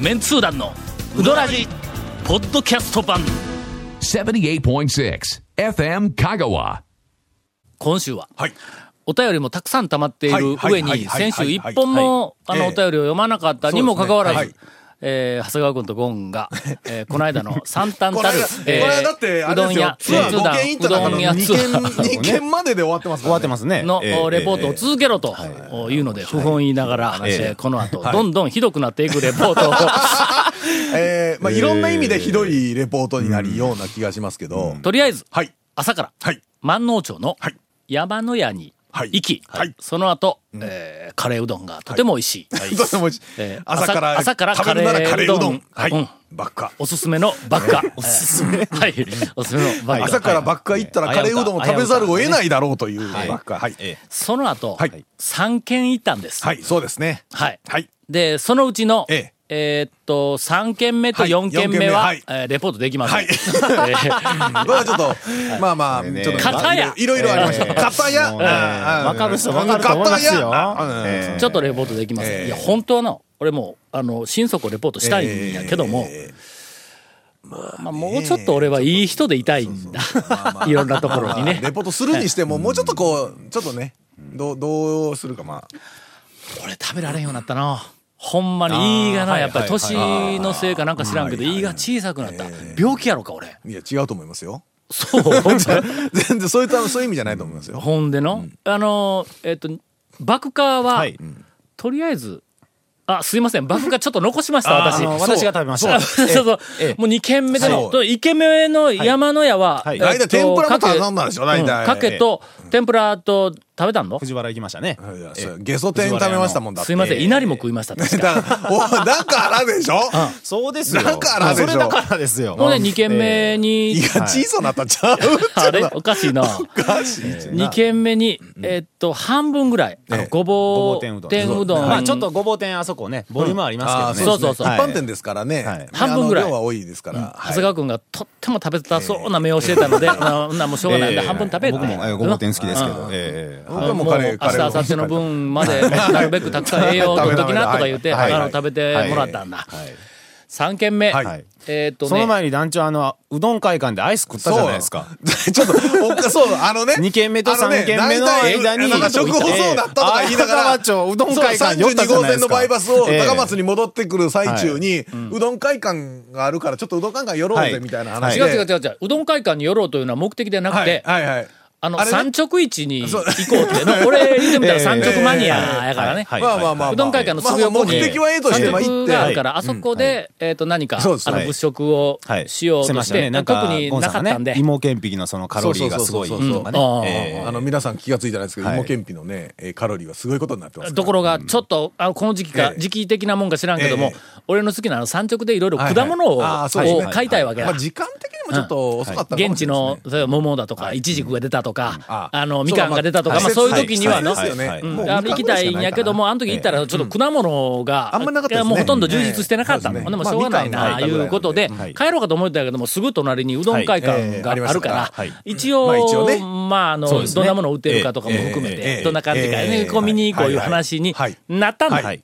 メンツー団のウドラジポッドキャスト版78.6 FM Kagawa. 今週は、はいお便りもたくさん溜まっているは上いはいにはいはい先週一本もあはいのおえ便えりを読まなかったにもかかわらず、そうですねえー長谷川君とゴン が、えーこの間の三端こたれる、えーこれだって、あうれどんですよ屋、、ツアメンツー団ー5軒行ったう中どのん屋ツアー2軒、二軒までで終わってますか終わらってね。ますね。 のええレポートを続けろとおいうので、不本意ながら、えええーこの後、どんどんひどくなっていくレポー トを、えーまあいろんな意味でひどいレポートになりような気がしますけど。とりあえず、はい。朝から、はい。万能町のはい山の屋に行き、はいはいその後、えーカレーうどんがとても美味しい。どうでもいいえー朝から、朝から食べるならカレーうどん。カはレーうどんい。ばっか。 おすすめのばっ か。おすすめ はい。おすすめのばっか。朝からばっか行ったらカレーうどんを食べざるを得ないだろうというはいばっか。はい。えその後、はい3軒行ったんです。はい、そうですね。はいはい。で、そのうちの、えええーっと、3軒目とはい4軒目は、四軒えーレポートできません。はい えーまあちょっと、 まあまあ、ねちょっと、片やいろいろいろいろありました。ええ片や、もうねああわかる人わかると思いますよ片やえちょっとレポートできません。ええいや、本当はな、俺もう、あの、心底レポートしたいんやけども、えまあ、もうちょっと俺はいい人でいたいんだ。 いろんなところにねえ。レポートするにしても、もうちょっとこう、ちょっとね、どう、どうするか、まあ。これ食べられんようになったな。ほんまに、胃がな、やっぱり年のせいかなんか知らんけど、胃が小さくなった。病気やろか、俺。いや、違うと思いま すよ。そう。全然、そういった、そういう意味じゃないと思いますよ。ほんでの、あの、えっと、爆カは、はいとりあえず、あ、すいません、爆カちょっと残しました、あ私。の私が食べました。あそうそうそうええもう2軒目での、そうと1軒目の山の屋は、はいえっと大体天ぷらも頼んだでしょかけ大体うんかけと、天ぷらと食べたんの藤原行きましたね。いやそうゲソ天食べましたもんだって。すいません、ええ稲荷も食いました、確か。だから おだからでしょそうですよ。だからでしょそれだからですよ。ほんで2軒目に、胃が小さなったちゃ うあれおかしいな。かしい2軒目に、えっと、半分ぐらい、あのごごぼぼうう天天ううどどん。ん。まあちょっとごぼう天あそこね、ボリュームありあまあすけんどあね。そうそうそう一般店ですからね。はい半分ぐらいあの量は多いですから。長谷川君がとっても食べたそうな目をしてたので、あんなもうしょうがないんで、ええ半分食べる僕もえーごぼう天好きですけど。ええ僕はもうカレー、明カ日、レー明後日の分まで、なるべくたくさん栄養を取っときなとか言って、はいあの、食べてもらったんだ。はい3軒目はい、えーっとそのね、前に団長、あの、うどん会館でアイス食ったじゃないですか。そう。ちょっと、おっかそう、あのね。二軒目とあのね三軒目の大体間になんか食放送だったとか言いええあ香ながら。川町うどん会館寄ったじそゃう32号ないで線すのかバイパスをええ高松に戻ってくる最中に、うどん会館があるから、ちょっとうどん会館寄ろうはぜ、いみたいな違話うで。違う違う違う、うどん会館に寄ろうというのは目的ではなくはいて、、はい、はい。あの、あれね三直市に行こうって の、俺言ってみたら三直マニアやからね。はいまあまあまあ。うどん会館のすぐ横に、まあまあ目的はええとして、まあ行三っ角があるて。から、あそこで、えっと、何か、あそうの、ですはい物色をはい。しようとして、特になかったんで。芋けんぴのそのカロリーがすごいとかね。うんええあの、皆さん気がついてないですけど、はい芋けんぴのね、えーカロリーはすごいことになってますから。ところが、ちょっと、あこの時期かえ、え時期的なもんか知らんけどもええ、俺の好きなあの、産直でいろいろはいはい果物を、あーそうですねを買いたいわけまだあ、。時間的にもちょっと遅かったかもしれない現地ですねの、例えば桃だとか、イチジクが出たとか、あの、みかんが出たとか、はいまあ、そういう時には季節ので、すよねはいうんもうあの行きたいんやけども、あの時行ったら、ちょっと果物が、あんまりなかったですねもうほとんど充実してなかったの。ええほんでもうしょうがないまあな、みかんいがうことでは、い帰ろうかと思ってたけども、すぐ隣にうどん会館があはいええありましるかたかららはい、一まあ一応応、ねまあ、あの、そうですねどんなものを売ってるかとかも含めえええて、えどんな感じかえね、えこう見に行こういうはい話にはいなったんだは。い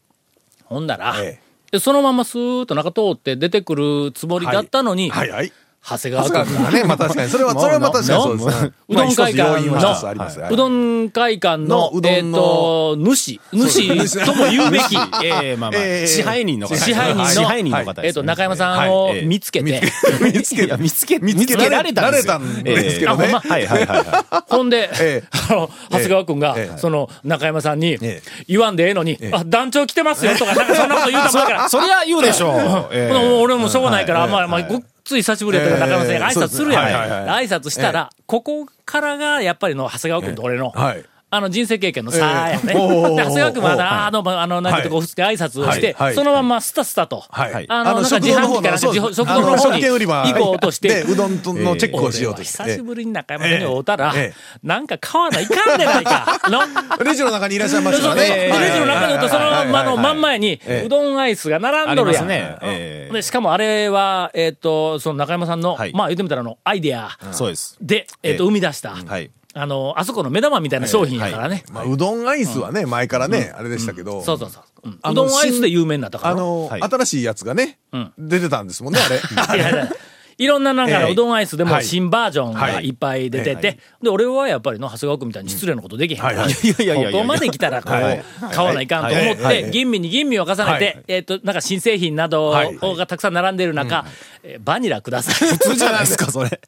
ほんなら、えでそのまますーっと中通って出てくるつもりだったのに、はいはい。長谷あ川そ君がうだからね、まあ確かに。それは、それはまあ確かにそうですね。うどん会まあ館一つ要因は一つありますの、うどん会館のの、うどえっんとの、主、主とも言うべき、ええまあまあええ支配人の方支配人の支配人の方ですねえっと、中山さんをはいええ見つけて、見つけた見つけ見つけられたんですよ見つけられたんですけどねええあほんまはいはいはいはほんで、ええあの、長谷川君が、ええその、中山さんにええ、言わんでええのに、あ、団長来てますよとか、なんかそんなこと言うたもんだから い。、そりゃ言うでしょうええほなもう俺もしょうがないから、はいまあまはあ、いごっつい久しぶりやったから中山さんに挨拶するやん、ええそうですねはいはい挨拶したら、ここからがやっぱりの、長谷川君と俺の、はいあの、人生経験の差やね。ええおうおうおうおうで長谷川君はあの、あの、あの、なんていうとこ、普通に挨拶をして、はいはいそのままスタスタと、はい。あの、なんか食自堂販の機か方なんか、そう自です販食堂のあ方食に券売り場行こうとして、で、うどんとのチェックをしようとして。久しぶりに中山さんえにえ会うたらえ、なんか買わないかんでないか。 のレジの中にいらっしゃいまそしうたそうね。レはいジの中におったそのまんまのはいはいはい真ん前に、ええうどんアイスが並あんりどるまやすん。ねええで、しかもあれは、えっ、と、その中山さんの、はいまあ言ってみたらあの、アイデアそうですで、えっ、と、ええ生み出した、はいあの、あそこの目玉みたいな商品やからね。まあ、うどんアイスはね、前からね、あれでしたけど。そうそうそう。うんあうのどんアイスで有名になったから。あの、はい新しいやつがね、出てたんですもんね、あれ。いやいやいろんななんかええうどんアイスでもはい新バージョンがはいいっぱい出てて、で、俺はやっぱりの、長谷川君みたいに失礼なことできへんから、はいはいいやいやいやいやここまで来たらこう、はい買わないかんと思っはいはて、い吟味に吟味を重ねはいて、えっと、なんか新製品などはいがたくさん並んでる中、えーバニラください。普通じゃないですか、それ。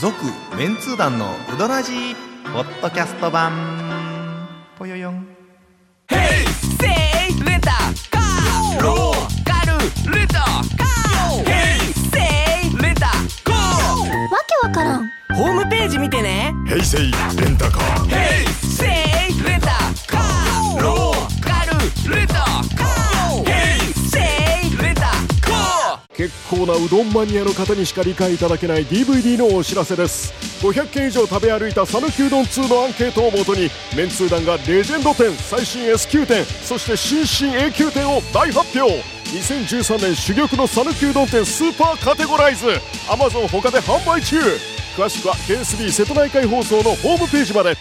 続メンツー団のウドラジーポッドキャスト版ぽよよんせいレンタカーローカルレンタカーヘイセイレンタカーわけわからんホームページ見てねヘイセイレンタカーヘイセイレンタカーローカルレンタカーヘイセイレンタカー結構なうどんマニアの方にしか理解いただけない DVD のお知らせです500件以上食べ歩いた讃岐うどん2のアンケートをもとにメンツー団がレジェンド店最新 S 級店そして新進 A 級店を大発表2013年珠玉の讃岐うどん店スーパーカテゴライズ Amazon 他で販売中詳しくは KSB 瀬戸内海放送のホームページまで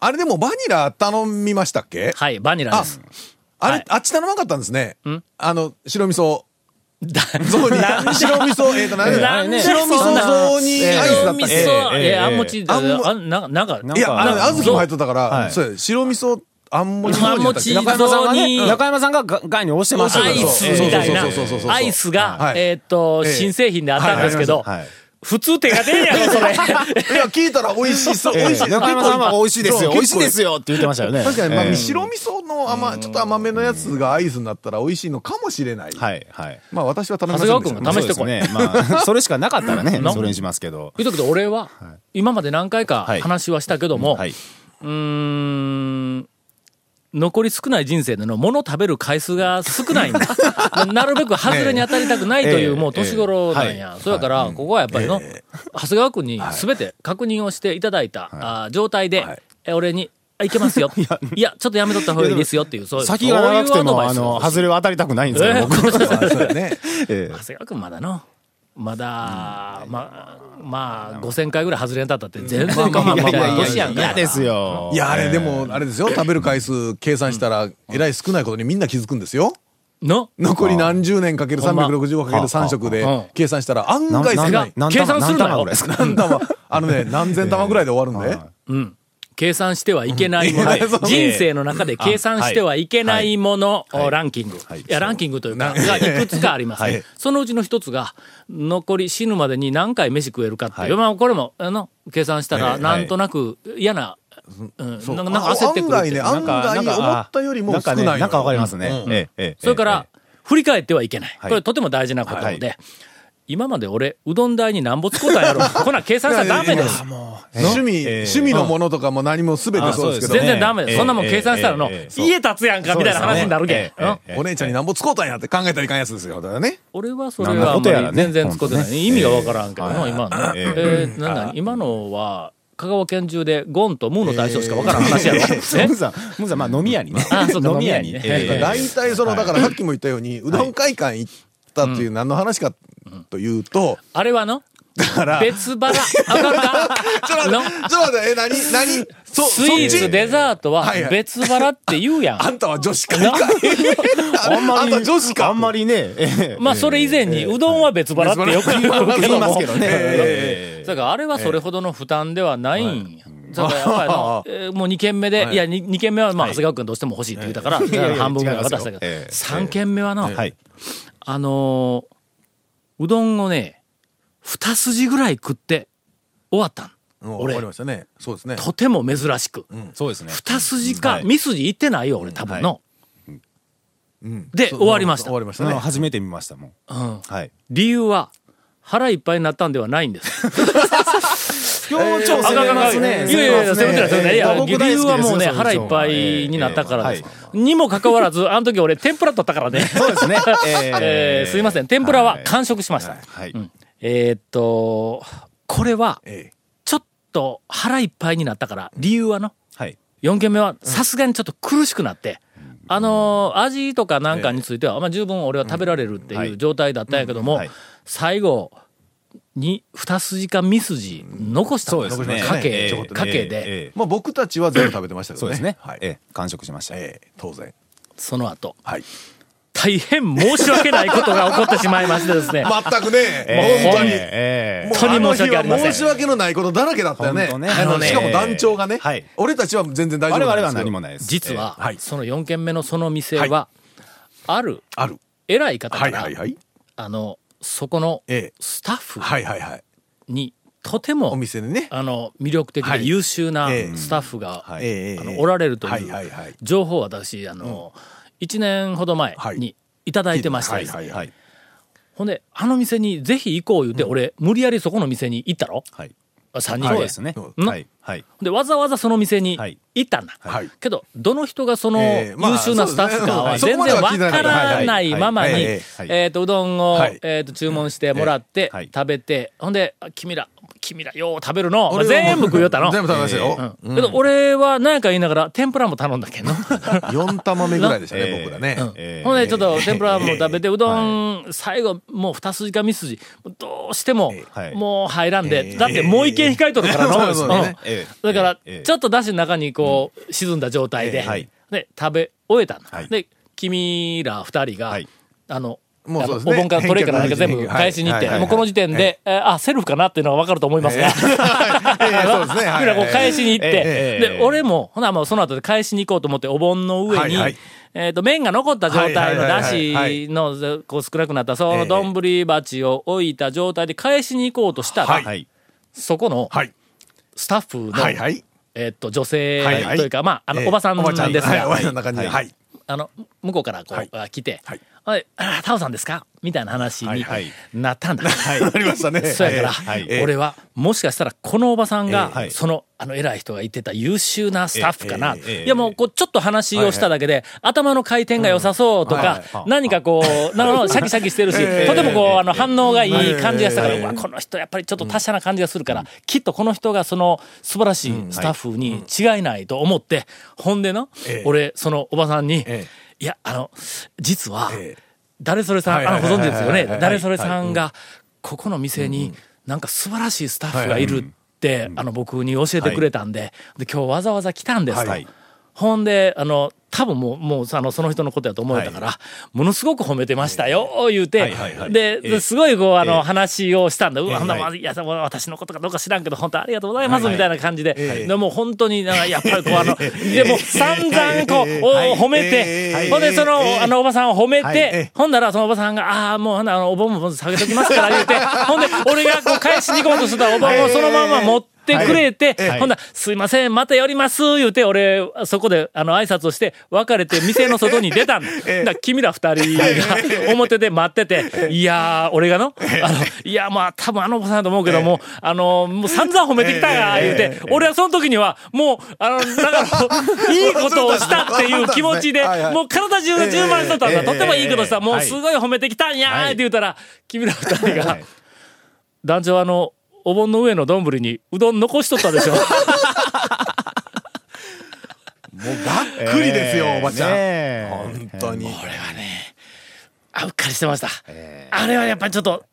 あれでもバニラ頼みましたっけはい、バニラあです。、あれ、はいあっち頼まなかったんですね。あの、白味噌。だ雑 煮。白味噌、えっと、何だなろう、んで白味そんな噌雑煮アイスだ白味った噌っえけええええーあんもち、あんもあんななんか、いや、あなんの、か小豆も入っとったかはら、いそうや白味噌、あんもちあんもち雑煮やったっけ中山さんがね中山さんがが外に押してましたアけイど。スみたいなそうそうそうそうそうそうそうアイスが、はいえーっと、ええ新製品であったんですけど、はいはい普通手が出んや ろそれいや、聞いたら美味しそう。美味しい。中山さんは美味しいですよ。美味しいですよって言ってましたよね。確かに、まえあ、え白味噌の甘、ちょっと甘めのやつがアイスになったら美味しいのかもしれない。はい、はい。まあ、私は頼みませんでし長谷た川君試してそうこいですね。まあ、それしかなかったらね、それにしますけど。言うとくけど俺は今まで何回かはい話はしたけども、はい。うーん残り少ない人生での物を食べる回数が少ない んだななるべく外れに当たりたくないというええもう年頃なんや、ええそやからここはやっぱりの、長谷川君に全て確認をしていただいた、あ状態で、え俺に「あいけま すよ」いや「ちょっとやめとった方がいいですよ」っていうそういう先が長くてそういうアドも、バイあスをの、外れは当たりたくないんですけど、ええ僕。あそうやね。ええ長谷川君まだのまだ、まあまあ5000回ぐらい外れに立ったって全然我慢みたいな年やんか嫌ですよ。いや、あれ、でも、あれですよ。食べる回数計算したら、えらい少ないことにみんな気づくんですよ。の残り何十年かけるほんま365かける3食ああああで計算したら案外少ない。な計算する何なよ玉ぐらいですか何玉あ のね、何千玉ぐらいで終わるんで。計算してはいけないもの、はいそう人生の中で計算してはいけないもの、おランキング、い、やランキングというかがいくつかあります、そのうちの一つが残り死ぬまでに何回飯食えるかっていう、まあこれもあの計算したらええなんとなく嫌な、うんなんかなんか焦ってくる案って外いうね、か案外思ったよりも少ないのなんかねよ。なんかわかりますね。ええええそれから、え振り返ってはいけない。こいれとても大事なことで、はい今まで俺、うどん代になんぼつこうたん やろ。こんなん計算したらダメです。趣味、ええ趣味のものとかも何も全てそうですけ全ど、然ダメです。ええそんなもん計算したらの、ええええそう家建つやんかみたいな話になるけん。そうですねええうんええお姉ちゃんになんぼ使うたんやって考えたらいかんやつですよ。だからね。俺はそれはあんまり全然つこうてない。意味がわからんけどな、今のね。えええーなんだ、今のは、香川県中でゴンとムーの対象しかわからん話やろ。 えムねーさん、ムーさん、まあ飲み屋にね。あそうか飲み屋に飲ね。み屋にねええ大体その、だからさっきも言ったように、うどん会館行ったっていう何の話かというと、あれはのだから、ちょっ別腹。わかる かのと待って、え、何、何、そ、スイーそっツ、ちデザートははいはい別腹って言うやん。あんたは女子会 か。あんまあんり、た女子かあんまりね、ええまあ、それ以前に、うどんは別腹ってよく 言うけ 言どいまもすけ。どね。ええだから、あれは それほどの負担ではないんや。だから、やっぱりの、えーもう2軒目で、いや、に二軒目は、まあ、長谷川君どうしても欲しいって言ったから、だから半分ぐらい渡したけど、違いますよええ3軒目はの、はい。あのーうどんをね、2筋ぐらい食って終わったん。うんわ俺かりましたね。そうですね。とても珍しく。そうですね。二筋かは、い三筋行ってないよ、俺、多分の。で、そう終わりました終わ。りましたあのね。初めて見ましたもん。はい。理由は、腹いっぱいになったんではないんです。 強調あかんあかんあかんいやいやいや、責めてない、責めてない。いや、理由はもうね、腹いっぱいになったからです。にもかかわらず、あの時俺、天ぷら取ったからね。そう ですね。えーすいません、天ぷらは完食しました。はい。えーっと、これは、ええちょっと腹いっぱいになったから、理由はの、はい。 4軒目はさすがにちょっと苦しくなって、あのー味とかなんかについては、まあ、十分俺は食べられるってはいうい状態だったんやけども、うんはい最後に二筋か三筋残したそうですねかけ、ええかけで、ええまあ僕たちは全部食べてましたけそどうでね。すね。はい。ええ完食しました。ええ当然。その後はい。大変申し訳ないことが起こってしまいましてです ね全くね、ええもう本当に。ええ本当に申し訳ありませんもうの日は申し訳のないことだらけだったよね。本当ねああののねしかも団長がね、はい俺たちは全然大丈我々夫なんではすけど何もないです。実は、ええはいその4軒目のその店は、はあるある。偉い方かはいら、はいはい。あのそこのええスタッフはいはいはい。にとても、お店でね。あの魅力的はでい優秀なええスタッフが、はいええあのおられるとはいいうはいはい。情報を私あの、1年ほど前はいにいただいてまして、はいはいええは。はいいほんであの店にぜひ行こう言うて、俺無理やりそこの店に行ったろはい。 3人で,、そうですね。うんはいはいでわざわざその店にはい行ったんだ、はいけどどの人がそのえ優えまあ秀なスタッフかはそう全ですね然わからないままにはいはいえはいーとうどんを、はいえー、と注文してもらって、えはい食べてほんであ君ら君らよう食べるの、まあ俺はもう全部食いよったの 全部食べましたええよ。うんけど俺は何やか言いながら天ぷらも頼んだけど、 4玉目ぐらいでしたえね、え僕らね。ええほんでちょっと天ぷらも食べてうどん最後もう二筋か三筋どうしてもはいもう入らんでだってもう一軒控えとるから そうのでうすんねええだからええちょっとだしの中にこう沈んだ状態でええはいで食べ終えたはのいで君ら二人がはいあのもうあそうのですねお盆からトレーからなんか全返部却の時に返しに行っはいてはいもうこの時点でえーあセルフかなっていうのは分かると思います がそうですねはい君らこう返しに行っえてええでえ俺もほなもうその後で返しに行こうと思ってお盆の上はいにはいえーと麺が残った状態のだはいはいはいはいしのこう少なくなったその丼鉢を置いた状態で返しに行こうとしたらはいそこのはい。スタッフのはいはい。えっと、女性はいはいというか、まあ、あえの、えおばさんおばちゃですはいおばが、ちゃんの中に。はいはい。あの、向こうからこはいうあ、来てはい、おい、あタオさんですかみたいな話はいにはいなったんだ。なりましたね。そうやかはいら、俺は、もしかしたら、このおばさんええはが、いその、あの、偉い人が言ってた優秀なスタッフかな。ええええいや、もう、こう、ちょっと話をしただけで、頭の回転が良さそうとか、何かこ う、なるほど、シャキシャキしてるし、とてもこう、あの、反応がいい感じがしたから、うわこの人、やっぱりちょっと他者な感じがするから、きっとこの人が、その、素晴らしいスタッフに違いないと思って、ほんでのええ、俺、そのおばさんにえ、いや、あの、実はええ、誰それさはいん、はあいの、ご存知ですよはいはいはいはねい。誰それさんが、ここの店になんか素晴らしいスタッフがいるって、あの、僕に教えてくれたんで、で、今日わざわざ来たんですとはい。ほんで、あの、多分もう、もう、あの、その人のことやと思えたから、ものすごく褒めてましたよ、言うはていはいは、いでえで、えすごいこう、あの、話をしたんだ。うわ、ほんならはいや、でも私のことかどうか知らんけど、本当ありがとうございます、みたいな感じで、でもう本当に、なんかやっぱりこう、あの、でもう散々こう、お褒めて、ほんで、その、あの、おばさんを褒めて、ほんだら、そのおばさんが、ああ、もう、ほんならあの、お盆も下げときます から、言うて、ほんで、俺がこう、返しに行こうとしてたらお盆をそのまま持って、ってくれて、ほんならすいません、また寄ります、言うて、俺、そこで、あの、挨拶をして、別れて、店の外に出たんだ。だから君ら二人が、表で待ってて、いやー、俺がの、あの、いや、まあ、多分あのおばさんだと思うけども、あの、もう散々褒めてきたが、言うて、俺はその時には、もう、あの、だ から、いいことをしたっていう気持ちで、もう体中が充満しとったんだ。とてもいいことした。もうすごい褒めてきたんやー、って言うたら、君ら二人が、団長あの、お盆の上の丼にうどん残しとったでしょ。もうがっくりですよ、おばちゃん。ん。本当に。あうっかりしてました。あれはやっぱりちょっと、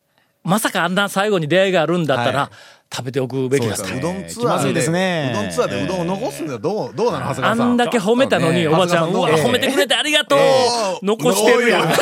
まさかあんな最後に出会いがあるんだったら、食べておくべきだった。うどんツ気アまずーいですで、ねうどんツアーでうどんを残すんだよ。どう、どうなの、長谷あ川さん。んだけ褒めたのに、ちょおっとねばちゃん、う長わ、谷川さ褒めてくれてありがとう、ええ残してるやん。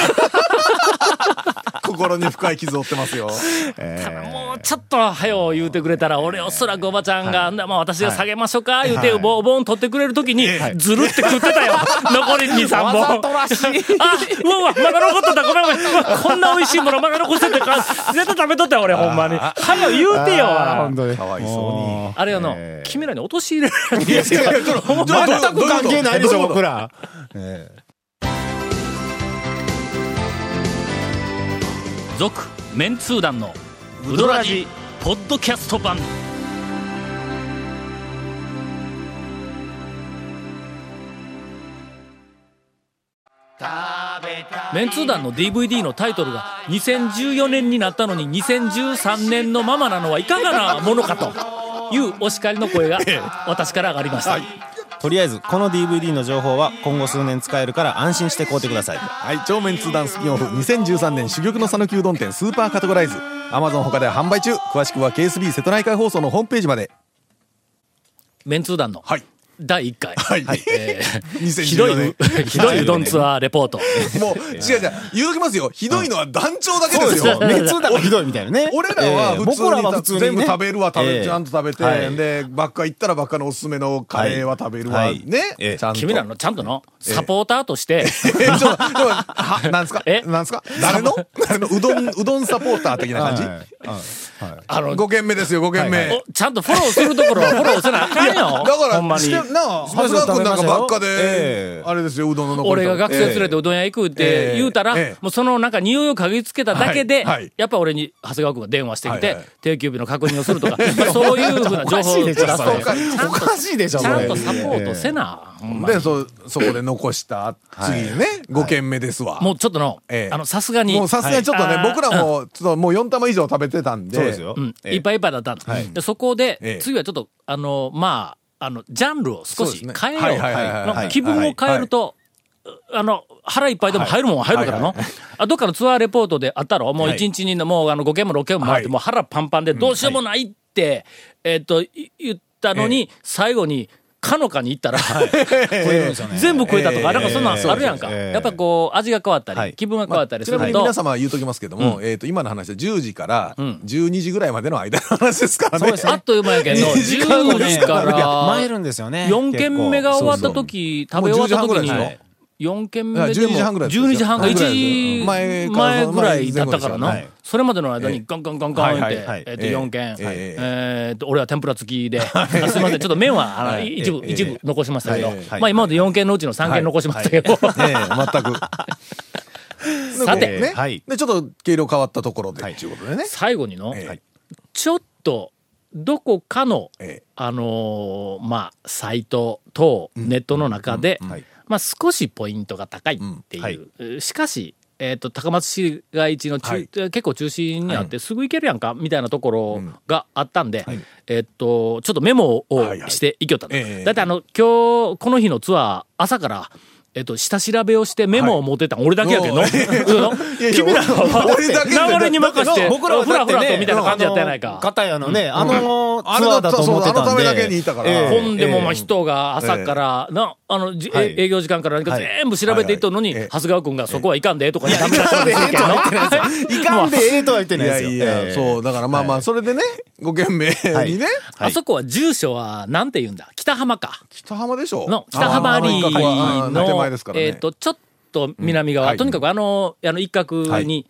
心に深い傷を負ってますよ。ただもうちょっと早う言うてくれたら、俺おそらくおばちゃんが、まあ私が下げましょうか、言うて、ボンボン取ってくれるときに、ずるって食って たよ。残り2、3本。わざとらしい。あ、うわうわ、まだ残ってた、ごめんごめんうわ。こんな美味しいものまだ残しててか、絶対食べとったよ、俺、ほんまに。早う言うてよ、ほんとに。かわいそあれやの、君らに陥れられるやつやうに。全全く関係ないでしょ、僕ら。続メンツー団のウドラジポッドキャスト版メンツー団の DVD のタイトルが2014年になったのに2013年のままなのはいかがなものかというお叱りの声が私から上がりました、とりあえずこの DVD の情報は今後数年使えるから安心して買うてくださいはい、超メンツー団スピンオフ2013年珠玉の讃岐うどん店スーパーカテゴライズ Amazon 他で販売中詳しくは KSB 瀬戸内海放送のホームページまでメンツー団のはい第1回、はい、え ーひど2014いう、年ひどいうどんツアーレポート。もう違う違う言うときますよひどいのは団長だけです よそうですメンツー団がひどいみたいなね俺らはえー普通僕らは普通ににね全部食べるは食べ、えーちゃんと食べて、はいでばっか行ったらばっかのおすすめのカレーは食べるわ、はいね、ええちゃんと君らのちゃんとのサポーターとして、えちょっと、でもはなんですかえなんですか誰の誰のうどん、うどんサポーター的な感じ、あの、 ?5 軒目ですよ、5軒目。おちゃんとフォローするところは フォローせなあかんよ。だから、ほんまにして。なあ、はい長谷川君なんかばっかで、ええあれですよ、うどんの残俺りとが学生連れてうどん屋行くって言うたら、ええええもうそのなんか匂いを嗅ぎつけただけで、はいはいやっぱ俺に長谷川君が電話してきて、はいはい定休日の確認をする とか、そういうふうな情報を出すとおかしいでしょそれちゃんとちゃんおかしいでしょとそサれポートせな、ほんまにで、そ、そこで残した、次ね、5軒目ですわ。もうちょっとの、ええあの、さすがに。もうさすがにちょっとね、はい僕らも、ちょっともう4玉以上食べてたんで。そうですよ、うんえーいっぱいいっぱいだったの、でそこで、ええ次はちょっとあのまああのジャンルを少しそうですね変えよう、はいはいはいはいの気分を変えると、あの腹いっぱいでも入るもんは入るからの、あどっかのツアーレポートであったろもうはい一日に、もうあの5件も6件も回って、はいもう腹パンパンでどうしようもないって、えっ、とい言ったのに、最後にかのかに行ったら、 全部食えたとか、なんかそんなんあるやんか、ええやっぱこう味が変わったり、はい気分が変わったりちすなるみにと、皆様は言うときますけども、えっ、と、今の話は10時から12時ぐらいまでの間の話ですからね。そうですねあっという間やけど 2時間15ぐらい時でかすから 参るんですよね4軒目が終わった時、食べ終わった時もう10時半ぐらにいで、 4軒だ目でから12も時半ぐらいですよ12時半かはい1時前から前ぐらいだったからは。ないそれまでの間にガンガンガンガンっはいてはいはい、えっとええ4軒、えええっと、俺は天ぷら付きで、あすみません、ちょっと麺はあの一部、ええ一部残しましたけどはいは、いまあ今まで4軒のうちの3軒残しましたけど、ねえ全く。さてね、はいで、ちょっと計量変わったところで、っていうことでね。最後にの、ええちょっと、どこかの、ええあのーまあ、サイト等、ネットの中で、まあ、少しポイントが高いっていう。はいしかし、えー、と高松市街地の中、はい結構中心にあって、すぐ行けるやんかみたいなところがあったんで、えっとちょっとメモをはいはいしていきよったの、ええだってあの今日この日のツアー朝から、えっと下調べをしてメモを持ってたん、俺だけやけど、おのういやいや君らは俺だけで流れに任せて僕らはふだらっふてらねとみたいな感じやったやないか。片やのね、あのあツれアだーっただと思ってたんそうあでのためだけにいたからええほんでもまあ人が朝から、な、あの、じはい営業時間から何か全部調べていったのに、はいはいええ長谷川君がそこはいかんでとか言い出したんですけどいかんでええとは言ってないですよ。いやいえや、えそう、だからまあまあ、それでね、ご件名にね、あそこは住所はなんて言うんだ北浜か。北浜でしょの、北浜リあーーなんかこうあー手の、前ですからねえっ、と、ちょっと南側、うんはいとにかくあの、あの一角に、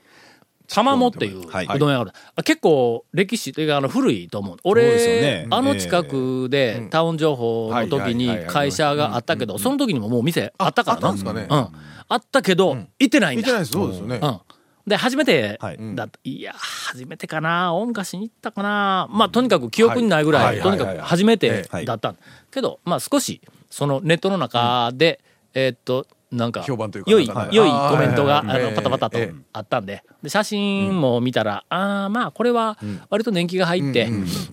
浜もっていううどんはい屋がある。あ結構歴史というかあの古いと思う。俺、そうですよねあの近くで、タウン情報の時はいはいはいにはい会社があったけど、その時にももう店あったからな。ああったんですうかん。あったけど、行ってないん行っだ。てないです、そうですよね。うん。で、初めてはいだった。いや、初めてかな。大昔に行ったかな。まあ、とにかく記憶にないぐらはいい、はいとにかはいくはい初めてはいだった。けど、まあ、少し、そのネットの中で、えーっと、なんか、評判というか良い、なんかね良いあーコメントが、あはいはいはいの、パタパタとええあったんで、で写真も見たら、ああ、まあ、これは、割と年季が入って、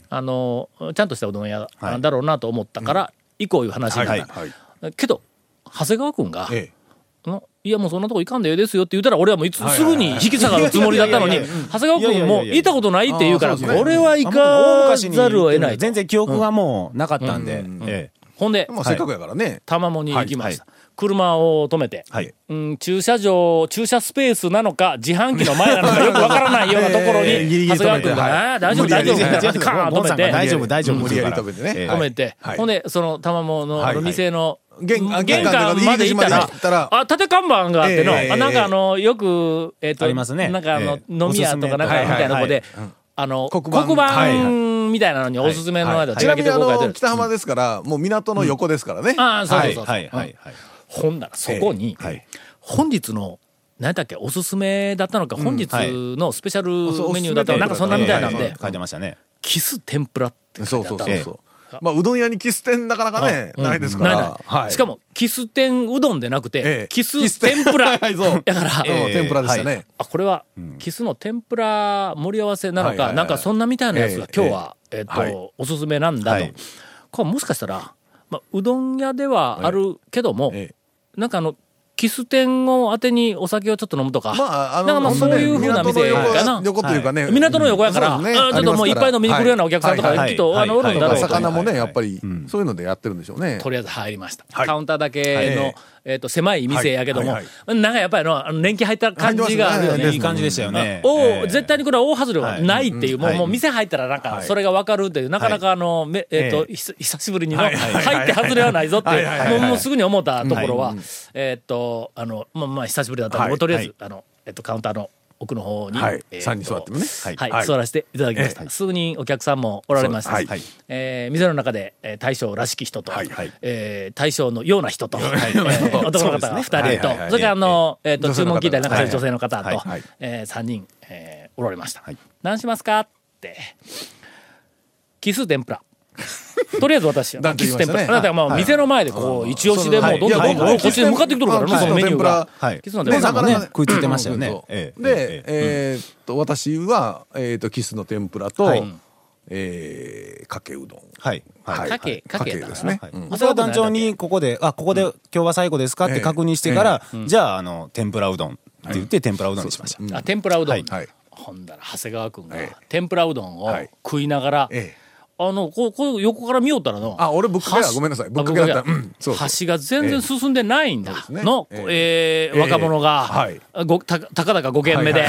あの、ちゃんとしたうどん屋だろうなと思ったから、以降いう話になっはいはいた。けど、長谷川君が、えのいやもうそんなとこ行かんでええですよって言ったら俺はもういつすぐに引き下がるつもりだったのにはいはいはい長谷川君も行ったことないって言うからいやいやいやこれは行かざるを得ない全然記憶がもうなかったんで。ええほんでえ。まあ、せっかくやからね。玉藻に行きました車を止めてはいうん駐車場駐車スペースなのか自販機の前なのかよくわからないようなところええギにリギ長リ谷止川めて君があー「大丈夫大丈夫」みたいな感じでカーンボン止さめてんが大丈夫、大丈夫。無理やり食べてねええ止めて、はいほんで、その玉ものはいお店の、はい玄うん玄玄関関まで行った入り口まで行ったらら、あ、縦看板があっての、ええあなんかあの、よく、えっ、と、ありますねなんかあの、ええ飲み屋とかなんかおすすめみたいなとこで、あの、黒板黒板はいみたいなのにおすすめの間、ち手な書みきにであこう書いてあの、る。北浜ですから、もう港の横ですからね。ああ、そうそうそう。はい、はい、はい。ほんなら、そこに、はい本日の、何だっけ、おすすめだったのか、本日のスペシャルメニューだったのか、なんかそんなみたいなんえでえ、書いてましたね。キス天ぷらって書そいうてあそっうたのそうそう。まあ、うどん屋にキス店なかなかね、ないですかないらな。いしかも、も、キス天うどんでなくて、ええキス天ぷら。だキス天 はいそうから、そう天ぷらでしたね。あこれは、キスの天ぷら盛り合わせなのか、はいはいはいなんかそんなみたいなやつがええ今日は、えっとはいおすすめなんだと、はいこれもしかしたらまあ、うどん屋ではあるけども、えなんかあの、キス店を当てにお酒をちょっと飲むとか、まあ、あの、なんかまあそういうふうな店港のや横なが。横というかね。港の横やから、そうあですねーちょっともういっぱい飲みに来るようなお客さんとはいか、はいきっと、はいあの、おるんだろうと。魚もね、やっぱり、そういうのでやってるんでしょうね。とりあえず入りました。はいカウンターだけの、はいえっ、と、狭い店やけども、はいなんかやっぱりあの、あの年季入った感じがあるよ入ってますねね。いい感じでしたよね。おええ絶対にこれは大外れはないっていう、もう、はいもう店入ったらなんか、それがわかるっていう、なかなかあの、めえっ、と、ひさ久しぶりにの、入って外れはないぞっていう、もうもうすぐに思ったところは、えっ、と、あの、まあ、まあ、久しぶりだったので、はいとりあえず、あの、えっ、と、カウンターの、奥の方に、はいえと三人座ってもねはい、はい座らせていただきました。数人お客さんもおられました。そうはいえー店の中で、えー大将らしき人と、はいはいえー大将のような人と、え人ー男の方が2人と、それからあの、えーと女性注の文方聞いたりなんかするはい女性の方と、はいはいえ3人、えーおられました、何しますかってキス天ぷら とりあえず私なんてキ言いスま天ぷしたねら、あなたはまあ店の前でこう一押しでもうどんどんどんどんはいこっちに向かってきとるからはいねそのメニューが、はいキスので天ぷらも魚ねが食いついてましたよねうんうんうんええでえ、えーっと、私は、えーっと、キスの天ぷらとはい、えーかけうどん。はい。はい。かけかかけけだですね。はいうんそれは団長にここで、あ、ここで今日は最後ですかっええて確認してから、じゃあ、あの、天ぷらうどんって言って、天ぷらうどんにしました。あ天ぷらうどん、はいはいほんだら長谷川君がええ天ぷらうどんをはい食いながら、ええあのこうこう横から見よったらのあ俺ぶっかけだ橋ごめんなさいぶっかけだったあぶっうんそうそう橋が全然進んでないんだ、すねの、ええええー若者が、はいごたたかだか5軒目で、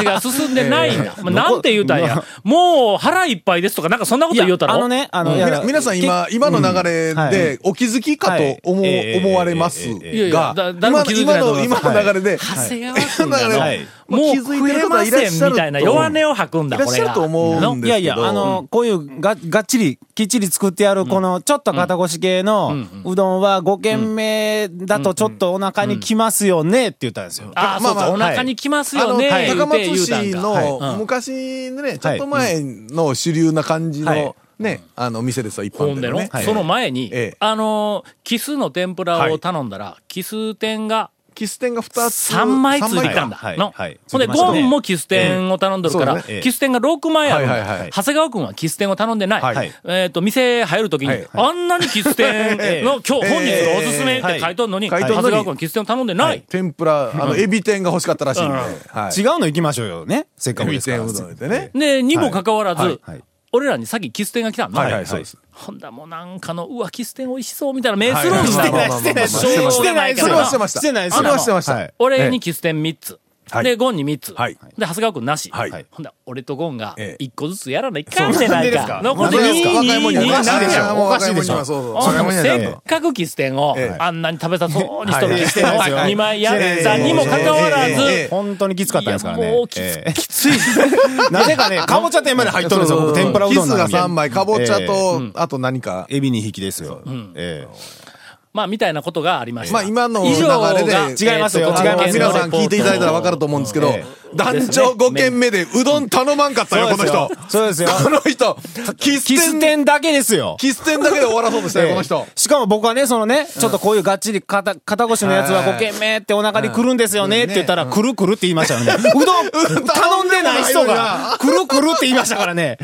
橋が進んでないんだ、えまあなんて言うたんやもう腹いっぱいですとかなんかそんなこと言うたろあのね、あの、いみやな皆さん今、今の流れでお気づきかと思うはい思われますえええええええがいやいやだ、今誰もの気づいて今ないとの思いま今すの流れで、長谷川君がの、はいもう気づい食てるえ方まはいらっしゃせるんみたいな弱音を吐くんだいらっこしれゃるがと思うんですけどのいやいや、あの、こういうが、がっちり、きっちり作ってある、この、ちょっと肩越し系のうどんは、5軒目だとちょっとお腹にきますよねって言ったんですよ。ああ、まそあうそう、まあお腹にきますあよの、ね、言高うて松言うたん市かのうん昔のね、ちょっと前の主流な感じはいのね、あの、店ですわ、一ほ般ん店でのの、ね。その前に、ええあのーキスの天ぷらを頼んだら、キス天がキス店が2つ。 3枚ついてたんだ。はいのはいほんで、ついてましたゴねンもキス天を頼んどるから、うんそうだねキス天が6枚あるんだ、はいはいはい長谷川君はキス天を頼んでない。はいえっ、と、店入るときに、はいあんなにキス天 の、今日、本日のおすすめって書いとんのに、はい長谷川君はキス天を頼んでない。はい天ぷら、あの、エビ天が欲しかったらしいんで。はい違うの行きましょうよね。せっかエくでビすから天。うどんでね。で、にもかかわらず、はいはい俺らにさっきキス店が来たんだ。はいはい、そうです。ほんだもうなんかの、うわ、キス店美味しそうみたいな目するんだ、はいはいしてない、ししてない、ょしうてがな、ないいそかれらはなしてました。してない、それはしてましはいた。俺にキス点3つ。はいで、ゴンに3つ。はいで、長谷川君なし。はいほんだら俺とゴンがええ1個ずつやらないかんじゃないか。なのんでですかことになんでですかいい若いもんにはにいいおかしいでしなょるやんおかしいでしょ。そうそう。それもほんだらねせっかくキス点をええあんなに食べさそうにしとはるいキス点をはい2枚やっえたえにもかかわらええええず、本当にきつかったんですからいねやもう。きつええなぜ かね、かぼちゃ店まで入っとるんですよ、僕、天ぷらうキどスんなのがに3枚、かぼちゃと、あと何か。エビ2匹ですよ。ええまあ、みたいなことがありました。まあ今の以上が流れで違いますよえっと違います皆さん聞いていただいたら分かると思うんですけど、団長5軒目でうどん頼まんかったよ、この人。そうですよ。この人、キキスス店、店だけですよ。キス店だけで終わらそうとしたよ、この人ええ。しかも僕はね、そのね、ちょっとこういうがっちり肩、肩越しのやつははい5軒目ってお腹にくるんですよねって言ったら、くるくるって言いましたよね。うどんどん 頼んでない人頼が、くるくるって言いましたからね。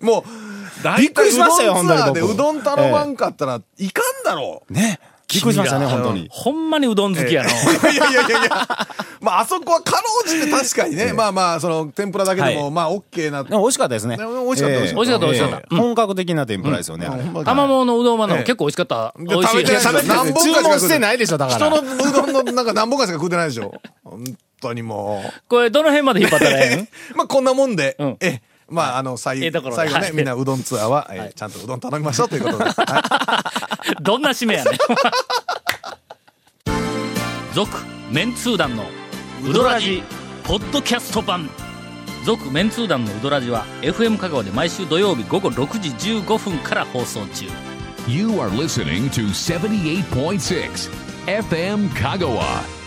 もう、びっくりしましたようどんツアーで本当に僕うどん頼まんかったらいかんだろう。ね。びっくりしましたね、本当に。ほんまにうどん好きやの。いやいやいやいや。 まあ、あそこはかろうじて確かにね、まあまあ、その、天ぷらだけではも、まあ、オッケーな。でも美味しかったですね。ね美味しかったええ美味しかった美味しかったええ本格的な天ぷらですよね。あれ玉物のうどんはの結構美味しかった。美味しい。食べてない食べて何本かし注か食べてない文してないでしょ、だから。人のうどんのなんか何本かしか食うてないでしょ。本当にもう。これ、どの辺まで引っ張ったらええん まあこんなもんで、んえ、まああの最ええところで最後はね、いみんなうどんツアーは、えちゃんとうどん頼みましょうということで。はどんな締めやねん。続、メンツー団のウドラジ、ポッドキャスト版。続、メンツー団のウドラジは、FM 香川で毎週土曜日午後6時15分から放送中。 You are listening to 78.6 FM Kagawa.